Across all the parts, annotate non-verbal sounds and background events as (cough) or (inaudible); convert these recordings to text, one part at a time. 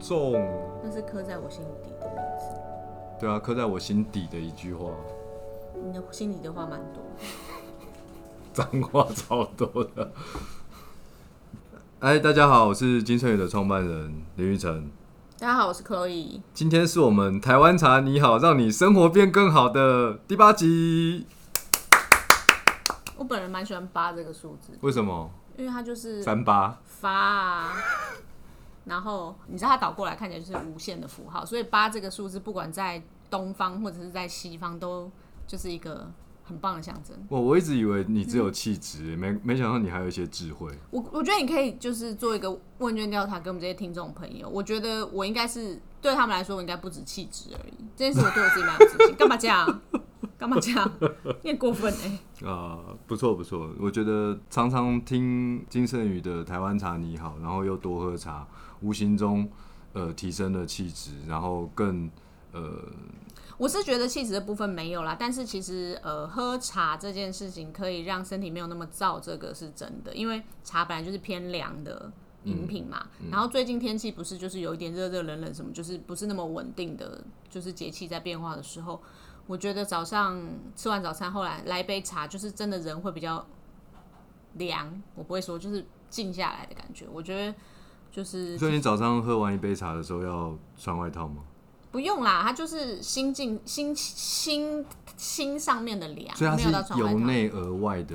送，那是刻在我心底的名字。对啊，刻在我心底的一句话，你的心里的话蛮多，脏话超多的。 (laughs) 哎，大家好，我是金春宇的创办人林玉成，大家好，我是 Chloe。今天是我们台湾茶你好，让你生活变更好的第八集。我本人蛮喜欢八这个数字，为什么？因为它就是三八发啊。然后你知道它倒过来看起来就是无限的符号，所以八这个数字不管在东方或者是在西方，都就是一个很棒的象征。我我一直以为你只有气质，没没想到你还有一些智慧。我我觉得你可以就是做一个问卷调查，给我们这些听众朋友。我觉得我应该是对他们来说，我应该不止气质而已。这件事我对我自己蛮有自信。干嘛这样？干嘛这样？你很过分哎、啊、不错不错，我觉得常常听金圣宇的《台湾茶你好》，然后又多喝茶，无形中呃提升了气质，然后更呃我是觉得气质的部分没有啦，但是其实呃，喝茶这件事情可以让身体没有那么燥，这个是真的，因为茶本来就是偏凉的饮品嘛。然后最近天气不是就是有一点热热冷冷，什么就是不是那么稳定的，就是节气在变化的时候，我觉得早上吃完早餐后来来一杯茶，就是真的人会比较凉，我不会说就是静下来的感觉。我觉得就是所以你早上喝完一杯茶的时候要穿外套吗？不用啦，它就是心境心心心上面的凉，所以它啊没有到是窗外由躺内而外的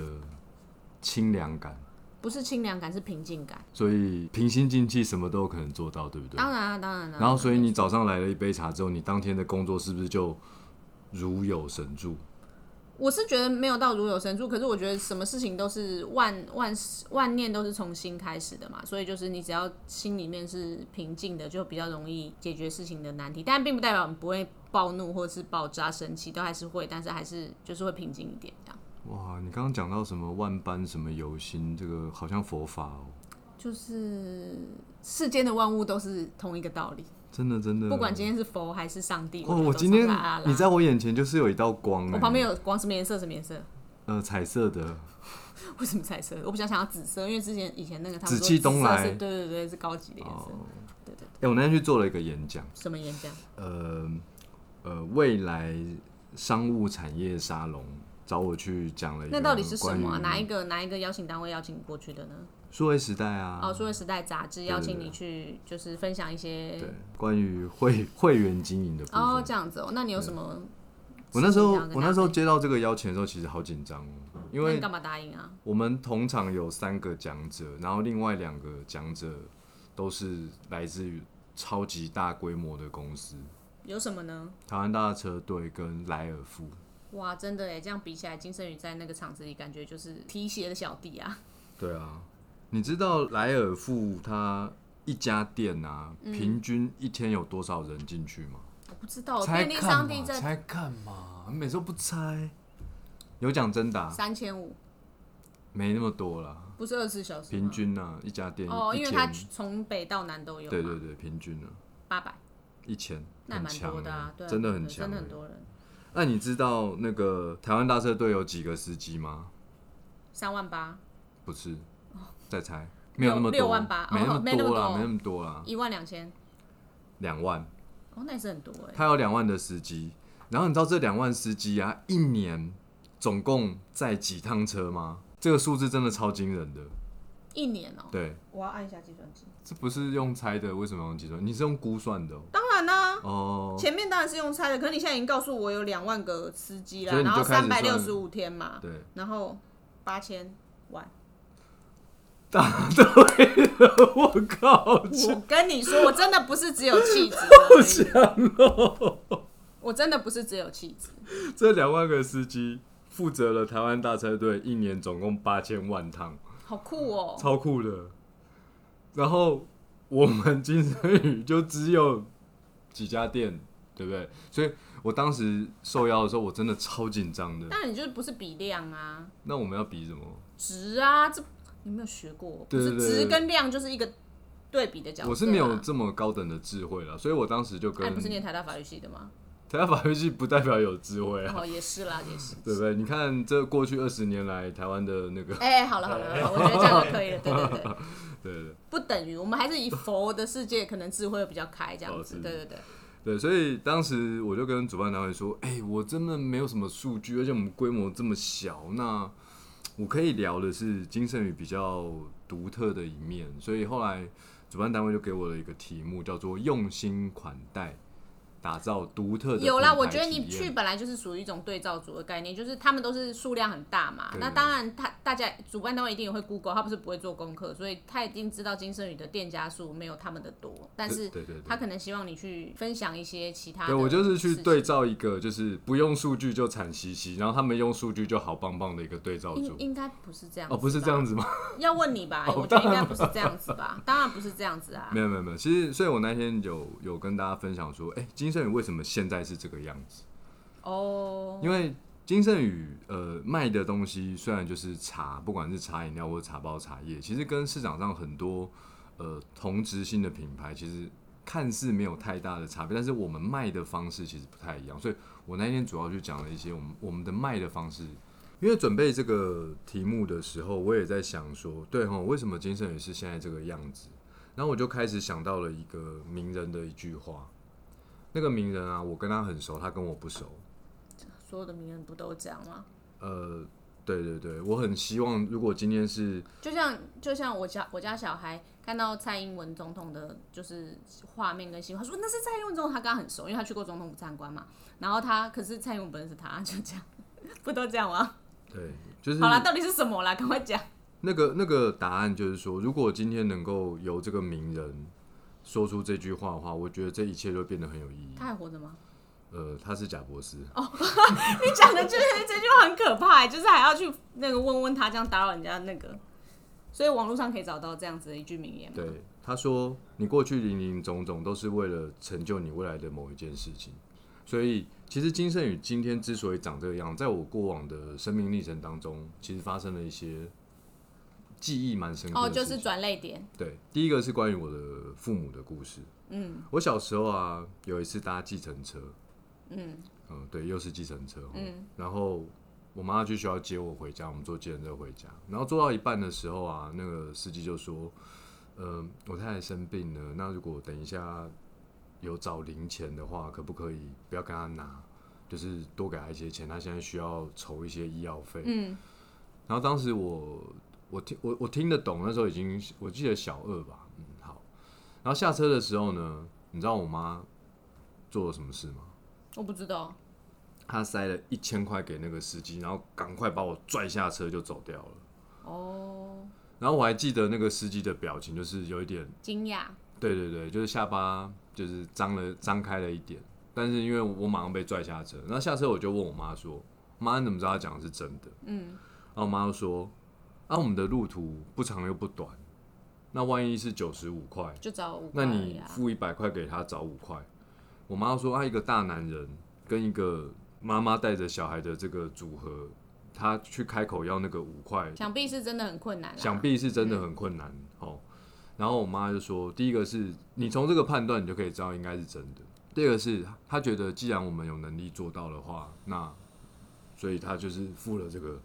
清凉感，不是清凉感，是平静感。所以平心静气什么都有可能做到，对不对？当然啊，当然啊。然后所以你早上来了一杯茶之后，你当天的工作是不是就如有神助？我是觉得没有到如有神助，可是我觉得什么事情都是万万万念都是从心开始的嘛，所以就是你只要心里面是平静的，就比较容易解决事情的难题。但并不代表你不会暴怒或是爆炸、生气，都还是会，但是还是就是会平静一点这样。哇，你刚刚讲到什么万般什么由心，这个好像佛法哦。就是世间的万物都是同一个道理，真的真的，不管今天是佛还是上哦，帝。觉得我都今是天啦啦啦你在我眼前就是有一道光、欸，我旁边有光什么颜色？什么颜色？呃彩色的，为什么彩色？我比较想要紫色，因为之前以前那个他们紫说气东来紫色是对对对，是高级的颜色。对对哎、我那天去做了一个演讲，什么演讲？呃呃，未来商务产业沙龙找我去讲了一个那到底是什么啊、关于哪一个哪一个邀请单位邀请你过去的呢？数位时代啊，哦，数位时代杂志邀请你去，就是分享一些对，关于会会员经营的部分。哦这样子哦。那你有什么？我那时候事情想要跟我大那家时候接到这个邀请的时候，其实好紧张哦，因那为你干嘛答应啊？我们同场有三个讲者，然后另外两个讲者都是来自于超级大规模的公司，有什么呢？台湾大车队跟莱尔富。哇，真的哎，这样比起来，金圣宇在那个场子里感觉就是提鞋的小弟啊。对啊，你知道莱尔富他一家店啊，嗯平均一天有多少人进去吗？我不知道，猜便利看商店嘛，在猜看嘛，你每次都不猜。有讲真的啊、三千五，没那么多啦，不是二十四小时吗平均啊，一家店哦，一因为天他从北到南都有嘛，对对对，平均啊，八百，一千，那也很蛮强多的啊欸，对啊，真的对很对强真的欸。很多人，那你知道那个台湾大车队有几个司机吗？三万八，不是，再猜，没有那么多，六万八没哦没那么多啦，多没那么多啦，一万两千，两万，哦，那也是很多哎，他有两万的司机，然后你知道这两万司机啊，一年总共载几趟车吗？这个数字真的超惊人的，一年哦，对，我要按一下计算机。这不是用猜的，为什么要用计算？你是用估算的哦当然啦、哦，前面当然是用猜的，可是你现在已经告诉我有两万个司机啦所以，你然就后开始三百算六十五天嘛，对， (laughs) 然后八千万。我靠，我跟你说，我真的不是只有 (laughs) 气质而已，哦我真的不是只有气质。这两万个司机负责了台湾大车队一年总共八千万趟，好酷哦！超酷的。然后我们金生宇就只有几家店，对不对？所以我当时受邀的时候，我真的超紧张的。但你就是不是比量啊，那我们要比什么？值啊，这你没有学过，不对是对对值跟量就是一个对比的角色、啊。我是没有这么高等的智慧了，所以我当时就那、跟你不是念台大法律系的 (laughs) 吗？台大法律系不代表有智慧啊，哦，也是啦，也是。对不对？你看这过去二十年来台湾的那个哎 (laughs) 哎、好了好了，好了我觉得这样就可以了。对对对，对对不等于我们还是以佛的世界，可能智慧会比较开这样哦子。是对对对，对，所以当时我就跟主办单位说，哎、我真的没有什么数据，而且我们规模这么小，那我可以聊的是金圣宇比较独特的一面，所以后来主办单位就给我了一个题目，叫做“用心款待”。打造独特的有啦，品牌我觉得你体验去本来就是属于一种对照组的概念，就是他们都是数量很大嘛。对那当然他，大家主办单位一定也会 Google，他不是不会做功课，所以他一定知道金圣宇的店家数没有他们的多，但是对对对他可能希望你去分享一些其他的。对，我就是去对。照一个，就是不用数据就惨兮兮，然后他们用数据就好棒棒的一个对照应组。应该不是这样哦，不是吧这样子哦吗？要问你吧，我觉得应该不是这样子吧，当然不是这样子啊没。有没有没有，其实所以我那天有有跟大家分享说，哎、金圣宇为什么现在是这个样子？哦，因为金圣宇呃卖的东西虽然就是茶，不管是茶饮料或者茶包、茶叶，其实跟市场上很多呃同质性的品牌其实看似没有太大的差别，但是我们卖的方式其实不太一样。所以我那天主要就讲了一些我们我们的卖的方式。因为准备这个题目的时候，我也在想说，对吼，为什么金圣宇是现在这个样子？然后我就开始想到了一个名人的一句话，那个名人啊，我跟他很熟，他跟我不熟。所有的名人不都这样吗？呃，对对对，我很希望，如果今天是就像就像我家我家小孩看到蔡英文总统的，就是画面跟新闻，他说那是蔡英文总统，他跟他很熟，因为他去过总统府参观嘛。然后他可是蔡英文不认识他，就这样，不都这样吗？对，就是好啦，到底是什么啦？赶快讲。那个那个答案，就是说，如果今天能够由这个名人说出这句话的话，我觉得这一切就变得很有意义。他还活着吗？ (laughs) 呃，他是贾博士，哦你讲的就是这句话很可怕、欸就是还要去那个问问他，这样打扰人家那个。所以网络上可以找到这样子的一句名言吗？对，他说，你过去林林总总都是为了成就你未来的某一件事情。所以，其实金圣宇今天之所以长这个样，在我过往的生命历程当中，其实发生了一些记忆蛮深刻的哦，事情。就是转泪点。对，第一个是关于我的父母的故事。嗯，我小时候啊，有一次搭计程车，嗯对，又是计程车，嗯，然后我妈去学校接我回家，我们坐计程车回家，然后坐到一半的时候啊，那个司机就说，呃，我太太生病了，那如果等一下有找零钱的话，可不可以不要跟她拿，就是多给她一些钱，她现在需要筹一些医药费，嗯，然后当时我我听我我听得懂，那时候已经我记得小二吧，嗯好。然后下车的时候呢，你知道我妈做了什么事吗？我不知道。她塞了一千块给那个司机，然后赶快把我拽下车就走掉了。哦，然后我还记得那个司机的表情，就是有一点，惊讶。对对对，就是下巴就是张了张开了一点。但是因为我马上被拽下车，然后下车我就问我妈说：“妈，你怎么知道他讲的是真的？”嗯，然后我妈就说：“啊，我们的路途不长又不短，那万一是九十五块，就找五那块而已你啊。付一百块给他找五块。”我妈说：“啊，一个大男人跟一个妈妈带着小孩的这个组合，他去开口要那个五块，想必是真的很困难啦。想必是真的很困难、嗯哦。然后我妈就说，第一个是你从这个判断，你就可以知道应该是真的；第二个是她觉得，既然我们有能力做到的话，那所以她就是付了这个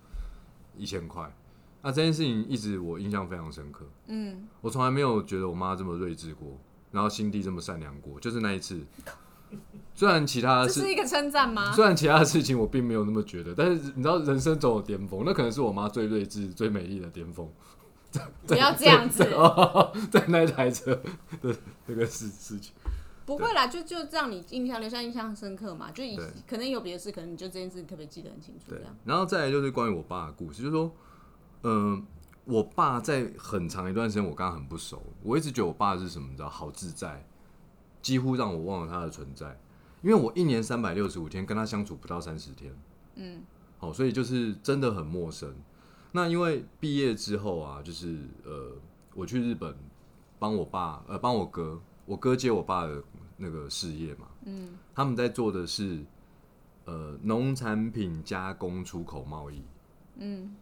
一千块。那这件事情一直我印象非常深刻，嗯，我从来没有觉得我妈这么睿智过，然后心地这么善良过，就是那一次。虽然其他这的事，是一个称 (laughs) 赞吗？虽然其他的事情我并没有那么觉得，但是你知道，人生总有巅峰，那可能是我妈最睿智、最美丽的巅峰。不要这样 (laughs) 子，哦，在那台车的那个事事情，不会啦，就就让你印象留下印象深刻嘛。就以对可能有别的事，可能你就这件事特别记得很清楚这样。然后再来就是关于我爸的故事，就是说，嗯、我爸在很长一段时间我跟他很不熟，我一直觉得我爸是什么，你知道，好自在，几乎让我忘了他的存在，因为我一年三百六十五天跟他相处不到三十天，嗯，好、所以就是真的很陌生。那因为毕业之后啊，就是呃，我去日本帮我爸，呃，帮我哥，我哥接我爸的那个事业嘛，嗯，他们在做的是呃农产品加工出口贸易，嗯，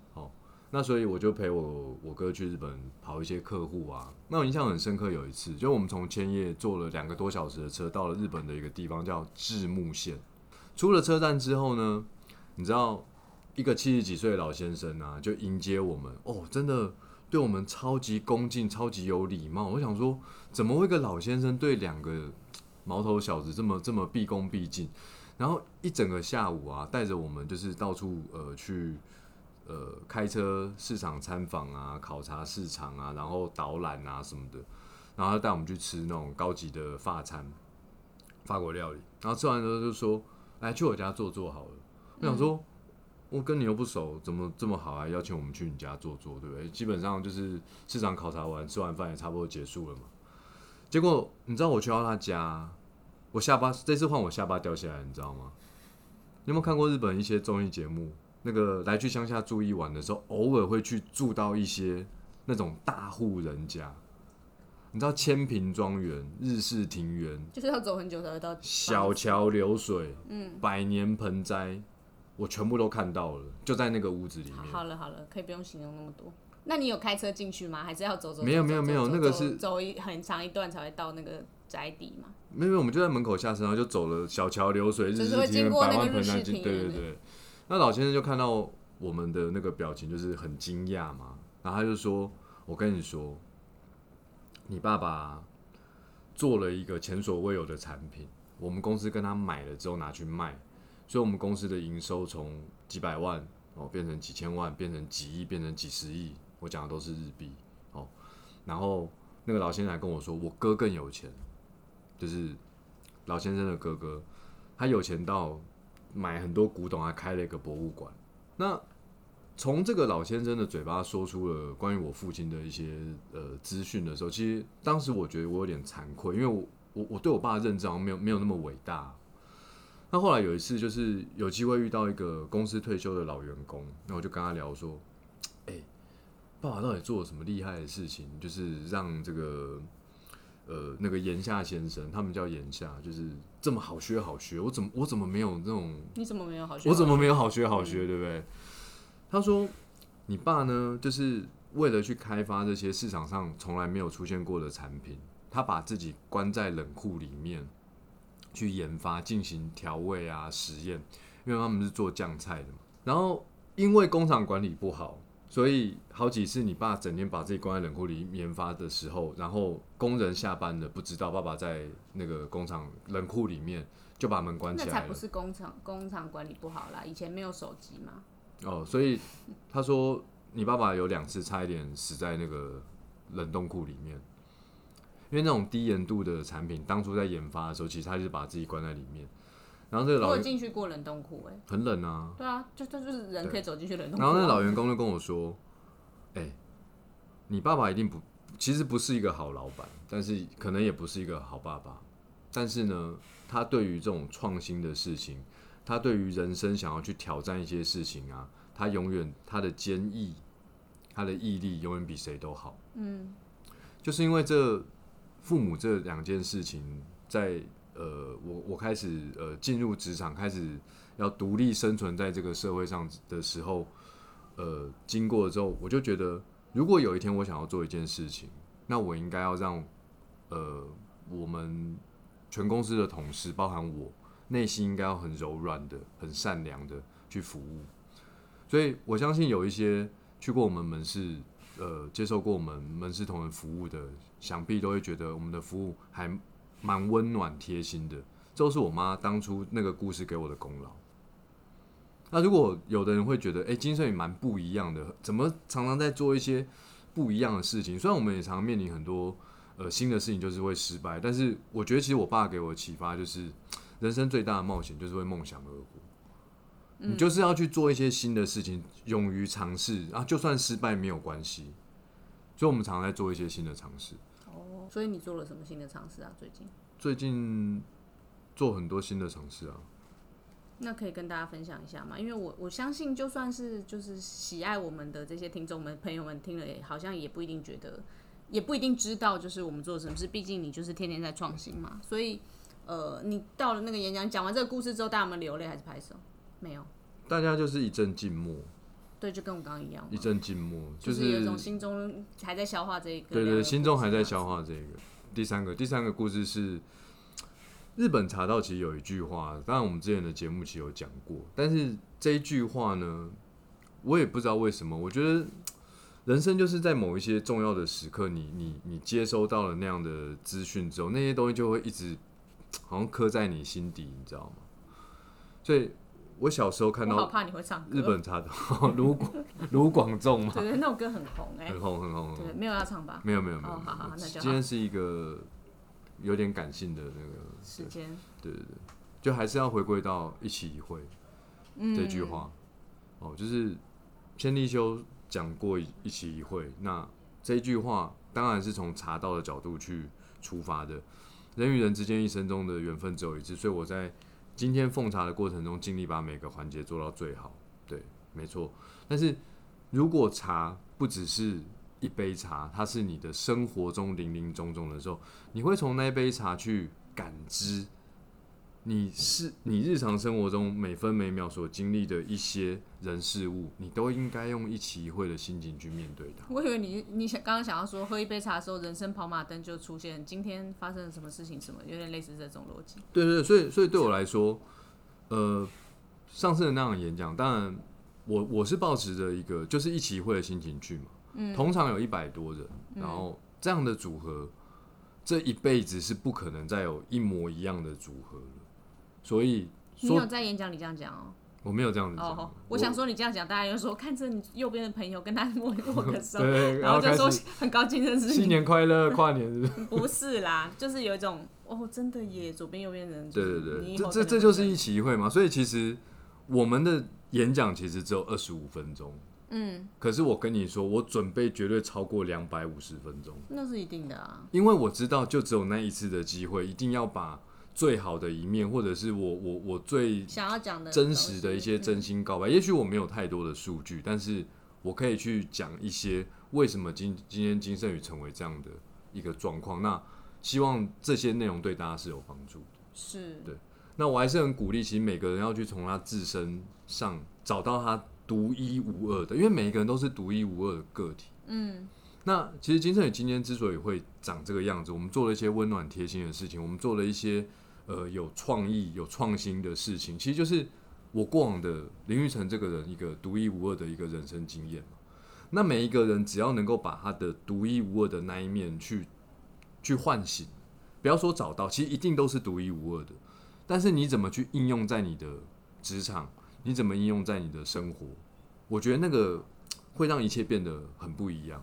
那所以我就陪我我哥去日本跑一些客户啊。那我印象很深刻，有一次，就我们从千叶坐了两个多小时的车，到了日本的一个地方叫志木县。出了车站之后呢，你知道一个七十几岁的老先生啊，就迎接我们哦，真的对我们超级恭敬、超级有礼貌。我想说，怎么会一个老先生对两个毛头小子这么这么毕恭毕敬？然后一整个下午啊，带着我们就是到处呃去呃开车市场参访啊，考察市场啊，然后导览啊什么的，然后他带我们去吃那种高级的法餐、法国料理。然后吃完之后就说：“来去我家坐坐好了。”我想说。我跟你又不熟，怎么这么好啊？邀请我们去你家坐坐，对不对？基本上就是市场考察完，吃完饭也差不多结束了嘛。结果你知道我去到他家，我下巴这次换我下巴掉下来，你知道吗？你有没有看过日本一些综艺节目？那个来去乡下住一晚的时候，偶尔会去住到一些那种大户人家，你知道千平庄园、日式庭园、就是要走很久才会到小桥流水，嗯，百年盆栽，我全部都看到了，就在那个屋子里好面。好了好了，可以不用形容那么多。那你有开车进去吗？还是要走走走？没有没有走没有走那个走是走一很长一段才会到那个宅邸嘛。没有，没有我们就在门口下车，然后就走了小桥流水，日就是式会庭经园，过百那个万日盆栽式景，庭对对园的对。那老先生就看到我们的那个表情，就是很惊讶嘛，然后他就说：“我跟你说，你爸爸做了一个前所未有的产品，我们公司跟他买了之后拿去卖，所以我们公司的营收从几百万哦变成几千万，变成几亿，变成几十亿，我讲的都是日币哦。然后那个老先生还跟我说，我哥更有钱，就是老先生的哥哥，他有钱到买很多古董，还开了一个博物馆。那从这个老先生的嘴巴说出了关于我父亲的一些呃资讯的时候，其实当时我觉得我有点惭愧，因为我我我对我爸的认知好像没有没有那么伟大。那后来有一次，就是有机会遇到一个公司退休的老员工，那我就跟他聊说：“哎、爸爸到底做了什么厉害的事情？就是让这个呃那个岩下先生，他们叫岩下，就是这么好学好学，我怎么我怎么没有那种你怎么没有好学？嗯我怎么没有好学好学，对不对？他说，你爸呢，就是为了去开发这些市场上从来没有出现过的产品，他把自己关在冷库里面去研发、进行调味啊实验，因为他们是做酱菜的嘛。然后因为工厂管理不好。所以好几次，你爸整天把自己关在冷库里研发的时候，然后工人下班了不知道，爸爸在那个工厂冷库里面就把门关那起来了。才不是工厂，工厂管理不好啦。以前没有手机嘛，哦，所以他说你爸爸有两次差一点死在那个冷冻库里面，因为那种低盐度的产品，当初在研发的时候，其实他就是把自己关在里面。然后这个老我有员进去过冷冻库哎。很冷啊，对啊，就就就是人可以走进去冷冻库然啊。后那老员工就跟我说：“哎、你爸爸一定不，其实不是一个好老板，但是可能也不是一个好爸爸。但是呢，他对于这种创新的事情，他对于人生想要去挑战一些事情啊，他永远他的坚毅，他的毅力永远比谁都好。嗯，就是因为这父母这两件事情在。”呃，我我开始呃进入职场，开始要独立生存在这个社会上的时候，呃经过之后，我就觉得，如果有一天我想要做一件事情，那我应该要让呃我们全公司的同事，包含我，内心应该要很柔软的、很善良的去服务。所以我相信有一些去过我们门市，呃，接受过我们门市同仁服务的，想必都会觉得我们的服务还蛮温暖、贴心的。这都是我妈当初那个故事给我的功劳。那如果有的人会觉得，哎、金圣宇蛮不一样的，怎么常常在做一些不一样的事情？虽然我们也常面临很多呃新的事情，就是会失败，但是我觉得其实我爸给我的启发就是，人生最大的冒险就是为梦想而活。你嗯就是要去做一些新的事情，勇于尝试啊，就算失败没有关系。所以我们常常在做一些新的尝试。哦，所以你做了什么新的尝试啊？最近最近做很多新的尝试啊，那可以跟大家分享一下嘛？因为我我相信，就算是就是喜爱我们的这些听众们朋友们听了，也好像也不一定觉得，也不一定知道，就是我们做了什么事。毕竟你就是天天在创新嘛，所以呃，你到了那个演讲讲完这个故事之后，大家有没有流泪还是拍手？没有，大家就是一阵静默，对，就跟我刚刚一样嘛，一阵静默，就是有一种心中还在消化这一个，对对，心中还在化。消化这个。第三个，第三个故事是日本茶道，其实有一句话，当然我们之前的节目其实有讲过，但是这一句话呢，我也不知道为什么，我觉得人生就是在某一些重要的时刻，你你你接收到了那样的资讯之后，那些东西就会一直好像刻在你心底，你知道吗？所以我小时候看我好到怕你会唱歌。日本茶道 (laughs) 卢广卢广仲嘛，嗯对对，那首歌很红哎、很红很红，很对，红没有要唱吧？没有没有没有，哦好好我那就好今天是一个有点感性的那个，时间，对对对，就还是要回归到一起一会。嗯，这句话。哦，就是千利休讲过一一期一会，那这句话当然是从茶道的角度去出发的。人与人之间一生中的缘分只有一次，所以我在今天奉茶的过程中，尽力把每个环节做到最好。对，没错。但是如果茶不只是一杯茶，它是你的生活中零零总总的时候，你会从那一杯茶去感知你是你日常生活中每分每秒所经历的一些人事物，你都应该用一期一会的心情去面对它。 (laughs) 我以为你你想刚刚想要说喝一杯茶的时候，人生跑马灯就出现，今天发生了什么事情什么，有点类似这种逻辑。对对，对所以所以对我来说，呃，上次的那场演讲，当然我我是抱持着一个就是一期一会的心情去嘛，嗯，同场有一百多人，嗯然后这样的组合，这一辈子是不可能再有一模一样的组合了，所以你有说在演讲里这样讲哦、我没有这样子讲，哦，我想说你这样讲，大家就说看着你右边的朋友跟他握握个手， (laughs) 对，然后就开说始很高兴认识新你。年快 (laughs) 乐，跨年是不是？不是啦，就是有一种哦，真的耶，左边右边人。对就是对对，你以这后这可能这就是一期一会嘛。所以其实我们的演讲其实只有二十五分钟，嗯，可是我跟你说，我准备绝对超过两百五十分钟，那是一定的啊。因为我知道就只有那一次的机会，一定要把最好的一面，或者是我我我最想要讲的真实的东西嗯一些真心告白。也许我没有太多的数据，但是我可以去讲一些为什么今今天金圣宇成为这样的一个状况。那希望这些内容对大家是有帮助的。是对那我还是很鼓励，其实每个人要去从他自身上找到他独一无二的，因为每一个人都是独一无二的个体。嗯那其实金圣宇今天之所以会长这个样子，我们做了一些温暖贴心的事情，我们做了一些呃有创意、有创新的事情，其实就是我过往的林育成这个人一个独一无二的一个人生经验嘛。那每一个人只要能够把他的独一无二的那一面去去唤醒，不要说找到，其实一定都是独一无二的。但是你怎么去应用在你的职场？你怎么应用在你的生活？我觉得那个会让一切变得很不一样。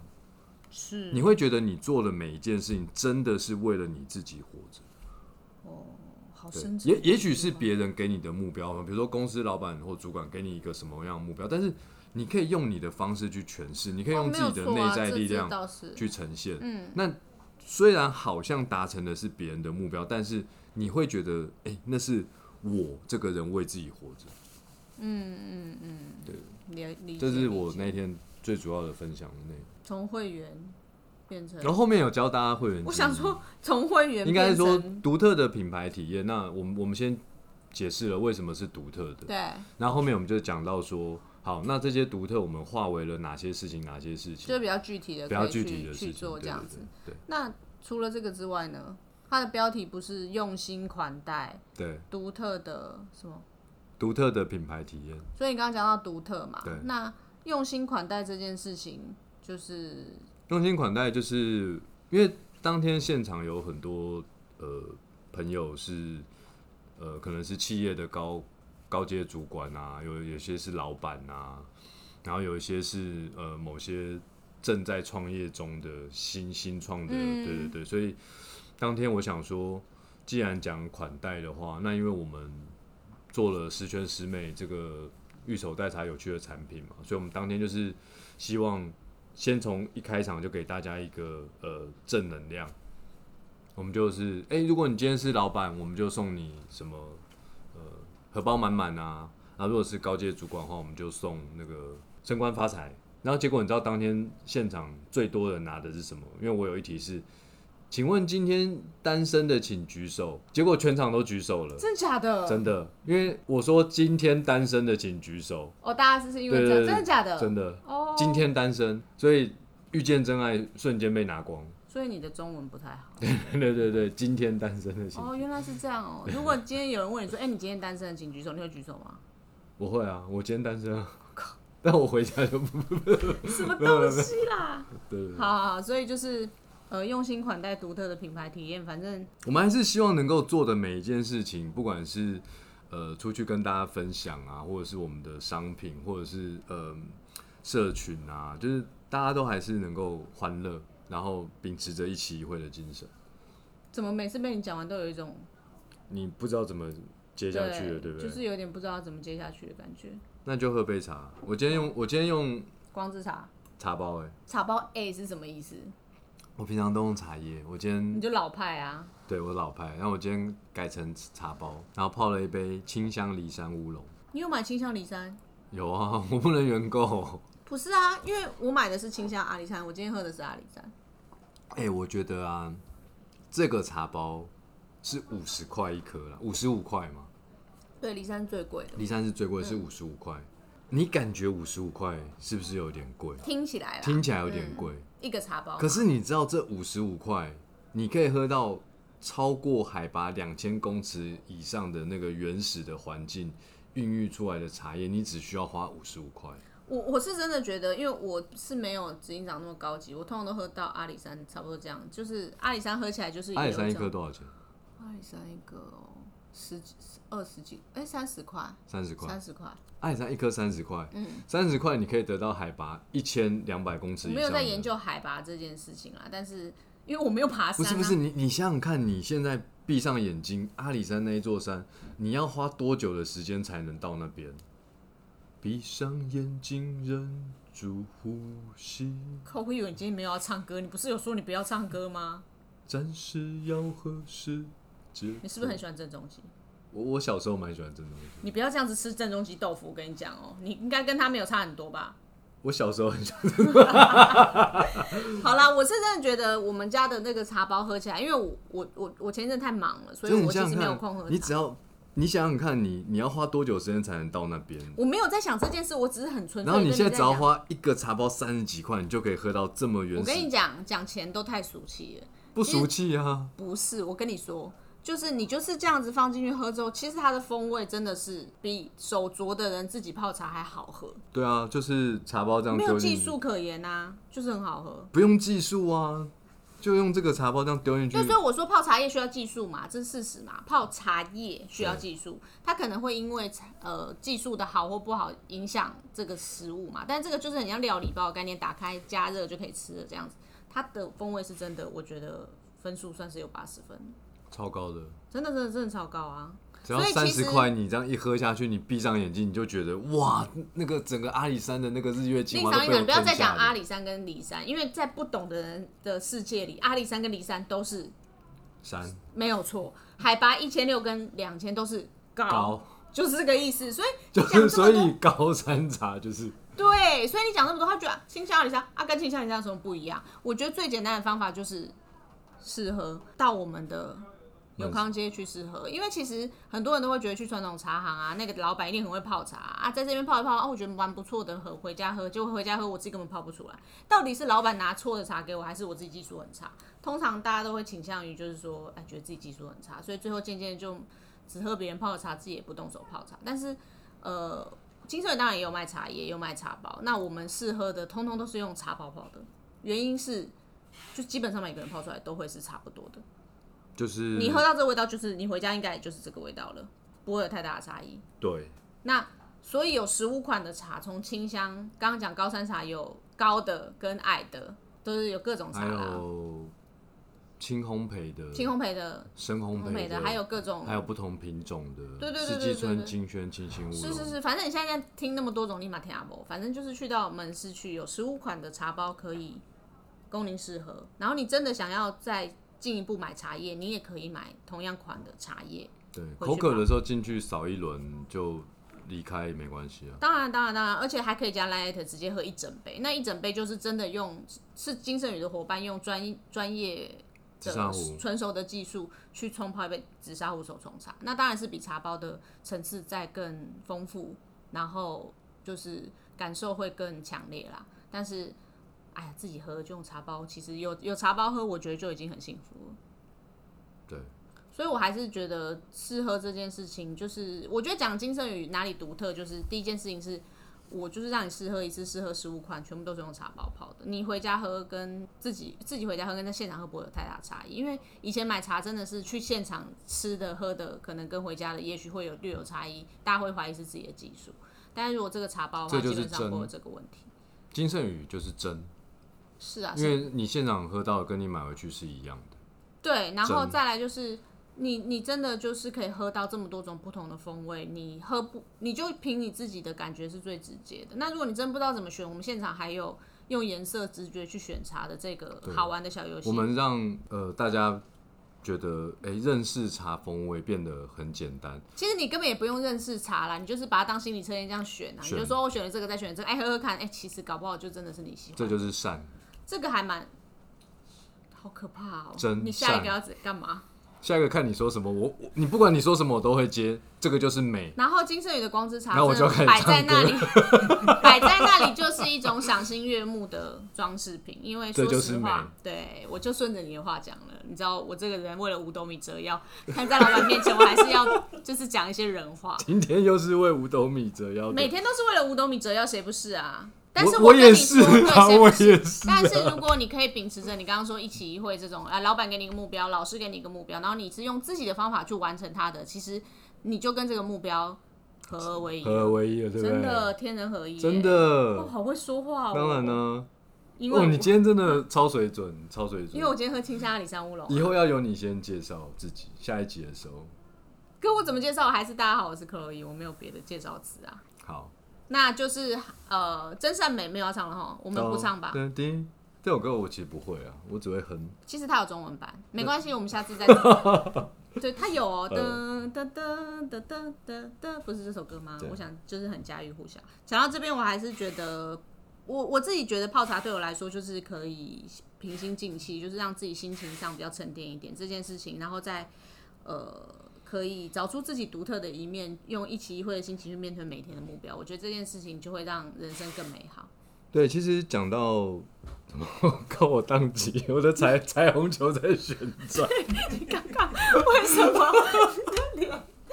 是你会觉得你做的每一件事情真的是为了你自己活着。哦，好对深，沉哦也的也一许句是话别人给你的目标，比如说公司老板或主管给你一个什么样的目标，但是你可以用你的方式去诠释，你可以哦用没自有己的错内啊在这力这量倒是去呈现。嗯那虽然好像达成的是别人的目标，但是你会觉得，哎、那是我这个人为自己活着。嗯嗯嗯，对理理这解是理我解那天最主要的分享的内容。从会员变成然，后后面有教大家会员，我想说从会员应该是变说成独特的品牌体验。那我们我们先解释了为什么是独特的，对，然后后面我们就讲到说，好，那这些独特我们化为了哪些事情，哪些事就是情，比较具体的，比可较以去具体的事去情，做对这样子。，对那除了这个之外呢，它的标题不是用心款待对对，独特的什么？独特的品牌体验，所以你刚刚讲到独特嘛对，那用心款待这件事情，就是用心款待，就是因为当天现场有很多呃朋友是呃可能是企业的高高阶主管啊，有有些是老板啊，然后有一些是呃某些正在创业中的新新创的，嗯对对对，所以当天我想说，既然讲款待的话，那因为我们做了十全十美这个玉手代茶有趣的产品嘛，所以我们当天就是希望先从一开场就给大家一个呃正能量。我们就是，哎、如果你今天是老板，我们就送你什么，呃，荷包满满啊。然后如果是高阶主管的话，我们就送那个升官发财。然后结果你知道当天现场最多人拿的是什么？因为我有一题是，请问今天单身的请举手。结果全场都举手了，真假的？呃真的，因为我说今天单身的请举手，哦，大家是是因为对这对样，对真的假的？真的，哦，今天单身，所以遇见真爱瞬间被拿光。 (laughs) 所以你的中文不太好。对对对，今天单身的请，哦，原来是这 (laughs) 样哦。如果今天有人问你说，哎、你今天单身，请举手，你会举手吗？我会啊，我今天单身啊。 (laughs) 但我回家就不什么东西啦？对对对 (laughs) 好好好，所以就是呃，用心款待独特的品牌体验，反正我们还是希望能够做的每一件事情，不管是呃出去跟大家分享啊，或者是我们的商品，或者是呃社群啊，就是大家都还是能够欢乐，然后秉持着一期一会的精神。怎么每次被你讲完都有一种你不知道怎么接下去了，对不对？嗯就是有点不知道怎么接下去的感觉。那就喝杯茶。我今天用我今天用光之茶茶包哎、茶包 A 是什么意思？我平常都用茶叶，我今你天就老派啊，对我老派，然后我今天改成茶包，然后泡了一杯清香骊山乌龙。你有买清香梨山？有啊，我不能原购。不是啊，因为我买的是清香阿里山，我今天喝的是阿里山。哎、我觉得啊，这个茶包是五十块一颗啦，五十五块嘛。对，梨山最贵的，骊山是最贵的，是嗯五十五块。你感觉五十五块是不是有点贵？听起来啦，听起来有嗯点贵。一个茶包嘛，可是你知道这五十五块，你可以喝到超过海拔两千公尺以上的那个原始的环境孕育出来的茶叶，你只需要花五十五块。我我是真的觉得，因为我是没有执行长那么高级，我通常都喝到阿里山差不多这样，就是阿里山喝起来就是阿里有山一种颗，多少钱？阿里山一个哦十几二十几，哎三十块，三十块。三十块，阿里山一颗三十块，三十块你可以得到海拔一千两百公尺我以上。没有在研。究海拔这件事情啦，但是因为我没有爬不山、啊，是不是，你你想想看，你现在闭上眼睛，阿里山那一座山，你要花多久的时间才能到那边？闭上眼睛，忍住呼吸，靠，我以为你今天没有要唱歌，你不是有说你不要唱歌吗？暂时要合适。你是不是很喜欢郑中基？我我小时候蛮喜欢这种东西，你不要这样子吃郑中基豆腐，我跟你讲哦、你应该跟他没有差很多吧？我小时候很喜欢。好啦，我是真的觉得我们家的那个茶包喝起来，因为我我我我前一阵太忙了，所以就是你我其想实想没有看空喝，你茶。只要你想想看你你要花多久时间才能到那边？我没有在想这件事，我只是很纯粹。然后你现在只要花，花一个茶包三十几块，你就可以喝到这么原我跟始，你讲，讲钱都太俗气了。不俗气啊！不是，我跟你说，就是你就是这样子放进去喝之后，其实它的风味真的是比手镯的人自己泡茶还好喝，对啊，就是茶包这样没丢有进技去，术可言啊，就是很好喝。不用技术啊，就用这个茶包这样丢进去对，。所以我说泡茶叶需要技术嘛，这是事实嘛。泡茶叶需要技术，它可能会因为呃技术的好或不好影响这个食物嘛。但这个就是很像料理包的概念，打开加热就可以吃了这样子。它的风味是真的，我觉得分数算是有八十分，超高的，真的真的真的超高啊！只要所以三其十实块，你这样一喝下去，你闭上眼睛你就觉得哇，那个整个阿里山的那个日月精另华长都一被我讲，不要再吞下讲阿了。里山跟骊山，因为在不懂的人的世界里，阿里山跟骊山都是山没有错，海拔一千六跟两千都是高， (laughs) 高，就是这个意思。所以就讲是这么所多以高山茶就是对，所以你讲那么多，他觉得清香阿里山啊跟清香阿里山有什么不一样？我觉得最简单的方法就是适合到我们的永康街去试喝，因为其实很多人都会觉得去传统茶行啊，那个老板一定很会泡茶啊，在这边泡一泡啊，我觉得蛮不错的，很回家喝，结果回家喝我自己根本泡不出来，到底是老板拿错的茶给我，还是我自己技术很差？通常大家都会倾向于就是说，哎，觉得自己技术很差，所以最后渐渐就只喝别人泡的茶，自己也不动手泡茶，但是。呃，金色人当然也有卖茶叶，也有卖茶包。那我们试喝的，通通都是用茶包泡的，原因是就基本上每个人泡出来都会是差不多的。就是你喝到这味道，就是你回家应该也就是这个味道了，不会有太大的差异。对那所以有十五款的茶，从清香，刚刚讲高山茶有高的跟矮的，都是有各种茶还啦，有呃轻烘焙的、轻烘焙的、深烘烘焙焙的，还有各种还有不同品种的，对对对四对季对春、对金萱、清新乌龙，是是是，反正你现在听那么多种，立马听阿伯。反正就是去到门市去，有十五款的茶包可以供您试喝。然后你真的想要再进一步买茶叶，你也可以买同样款的茶叶。对，回口去渴吧的时候进去扫一轮就离开也没关系啊。当然，当然，当然，而且还可以加 light 直接喝一整杯。那一整杯就是真的用是金圣宇的伙伴用专专业紫砂的壶纯熟的技术去冲泡一杯紫砂壶手冲茶，那当然是比茶包的层次再更丰富，然后就是感受会更强烈啦。但是，哎呀，自己喝就用茶包，其实有有茶包喝，我觉得就已经很幸福了。对，所以我还是觉得试喝这件事情，就是我觉得讲金圣宇哪里独特，就是第一件事情是，我就是让你试喝一次，试喝十五款，全部都是用茶包泡的。你回家喝跟自己自己回家喝跟在现场喝不会有太大差异，因为以前买茶真的是去现场吃的喝的，可能跟回家的也许会有略有差异，大家会怀疑是自己的技术。但是如果这个茶包的话，这就是基本上不会有真这个问题。金圣宇就是真，是啊，因为你现场喝到的跟你买回去是一样的。对，然后真再来就是你，你真的就是可以喝到这么多种不同的风味，你喝不，你就凭你自己的感觉是最直接的。那如果你真不知道怎么选，我们现场还有用颜色直觉去选茶的这个好玩的小游戏我。们让呃大家觉得，哎、认识茶风味变得很简单。其实你根本也不用认识茶啦，你就是把它当心理测验这样选啊，你选就说我选了这个，再选了这个，哎，喝喝看，哎，其实搞不好就真的是你喜欢这的。就是善。这个还蛮。好可怕哦！真你下一善个要怎干嘛？下一个看你说什么，我我你不管你说什么，我都会接。这个就是美， (laughs) 然后金圣宇的光之茶然后我就开真始的摆在唱歌那里， (laughs) 摆在那里就是一种赏心悦目的装饰品。因为说这就是实话，对我就顺着你的话讲了。你知道我这个人为了五斗米折腰， (laughs) 但在老板面前我还是要就是讲一些 (laughs) 人话。今天又是为五斗米折腰的。每天都是为了五斗米折腰，谁不是啊？但是我我跟也你是 (laughs) 说，对，啊，谁我不是？也是。 (laughs) 但是如果你可以秉持着你刚刚说一期一会这种，啊，老板给你一个目标，老师给你一个目标，然后你是用自己的方法去完成它的，其实你就跟这个目标合而为一了。合而为一了，对不对？真的天人合一耶，真哇，的，好会说话哦。当然呢、因为哦，我你今天真的超水准，超水因为准。我今天喝清香阿里山乌龙啊，以后要由你先介绍自己，下一集的时候，跟我怎么介绍？还是大家好，我是克洛伊，我没有别的介绍词啊。好，那就是呃，真善美没有要唱了哈，我我们不唱吧。叮叮，这首歌我其实不会啊，我只会哼。其实它有中文版，没关系，我们下次再唱。 (laughs) 对，它有哦，噔噔噔噔噔噔噔，不是这首歌吗嗯对？我想就是很家喻户晓。讲到这边，我还是觉得，我我自己觉得泡茶对我来说就是可以平心静气，就是让自己心情上比较沉淀一点这件事情，然后再呃。可以找出自己独特的一面，用一期一会的心情去面对每天的目标。我觉得这件事情就会让人生更美好。 (laughs) 对，其实讲到。靠 (laughs) 我宕机，我的彩彩虹球在旋转，刚刚为什么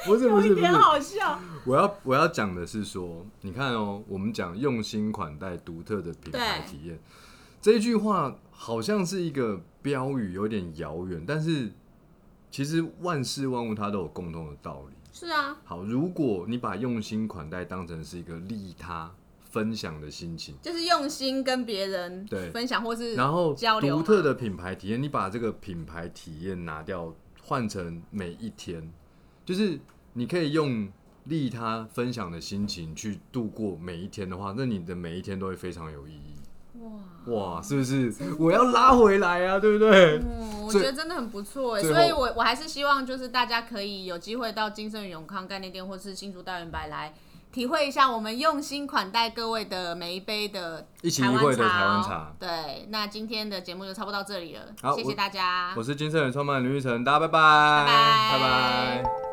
不 (laughs) 是不是不有一是点，好笑？我要我要讲的是说，你看哦，我们讲用心款待独特的品牌对体验，这一句话好像是一个标语，有点遥远，但是其实万事万物它都有共同的道理。是啊，好，如果你把用心款待当成是一个利他分享的心情，就是用心跟别人对分享，或是然后交流独嘛特的品牌体验，你把这个品牌体验拿掉，换成每一天，就是你可以用利他分享的心情去度过每一天的话，那你的每一天都会非常有意义。哇，哇，是不是？我要拉回来啊，对不对？嗯，我最觉得真的很不错哎，最后所以我我还是希望就是大家可以有机会到金盛永康概念店或是新竹大圆白来。体会一下我们用心款待各位的每一杯的一期一台湾会的台湾哦茶。对，那今天的节目就差不多到这里了好，谢我谢大家我。是金盛人创办人刘玉成，大家拜拜拜拜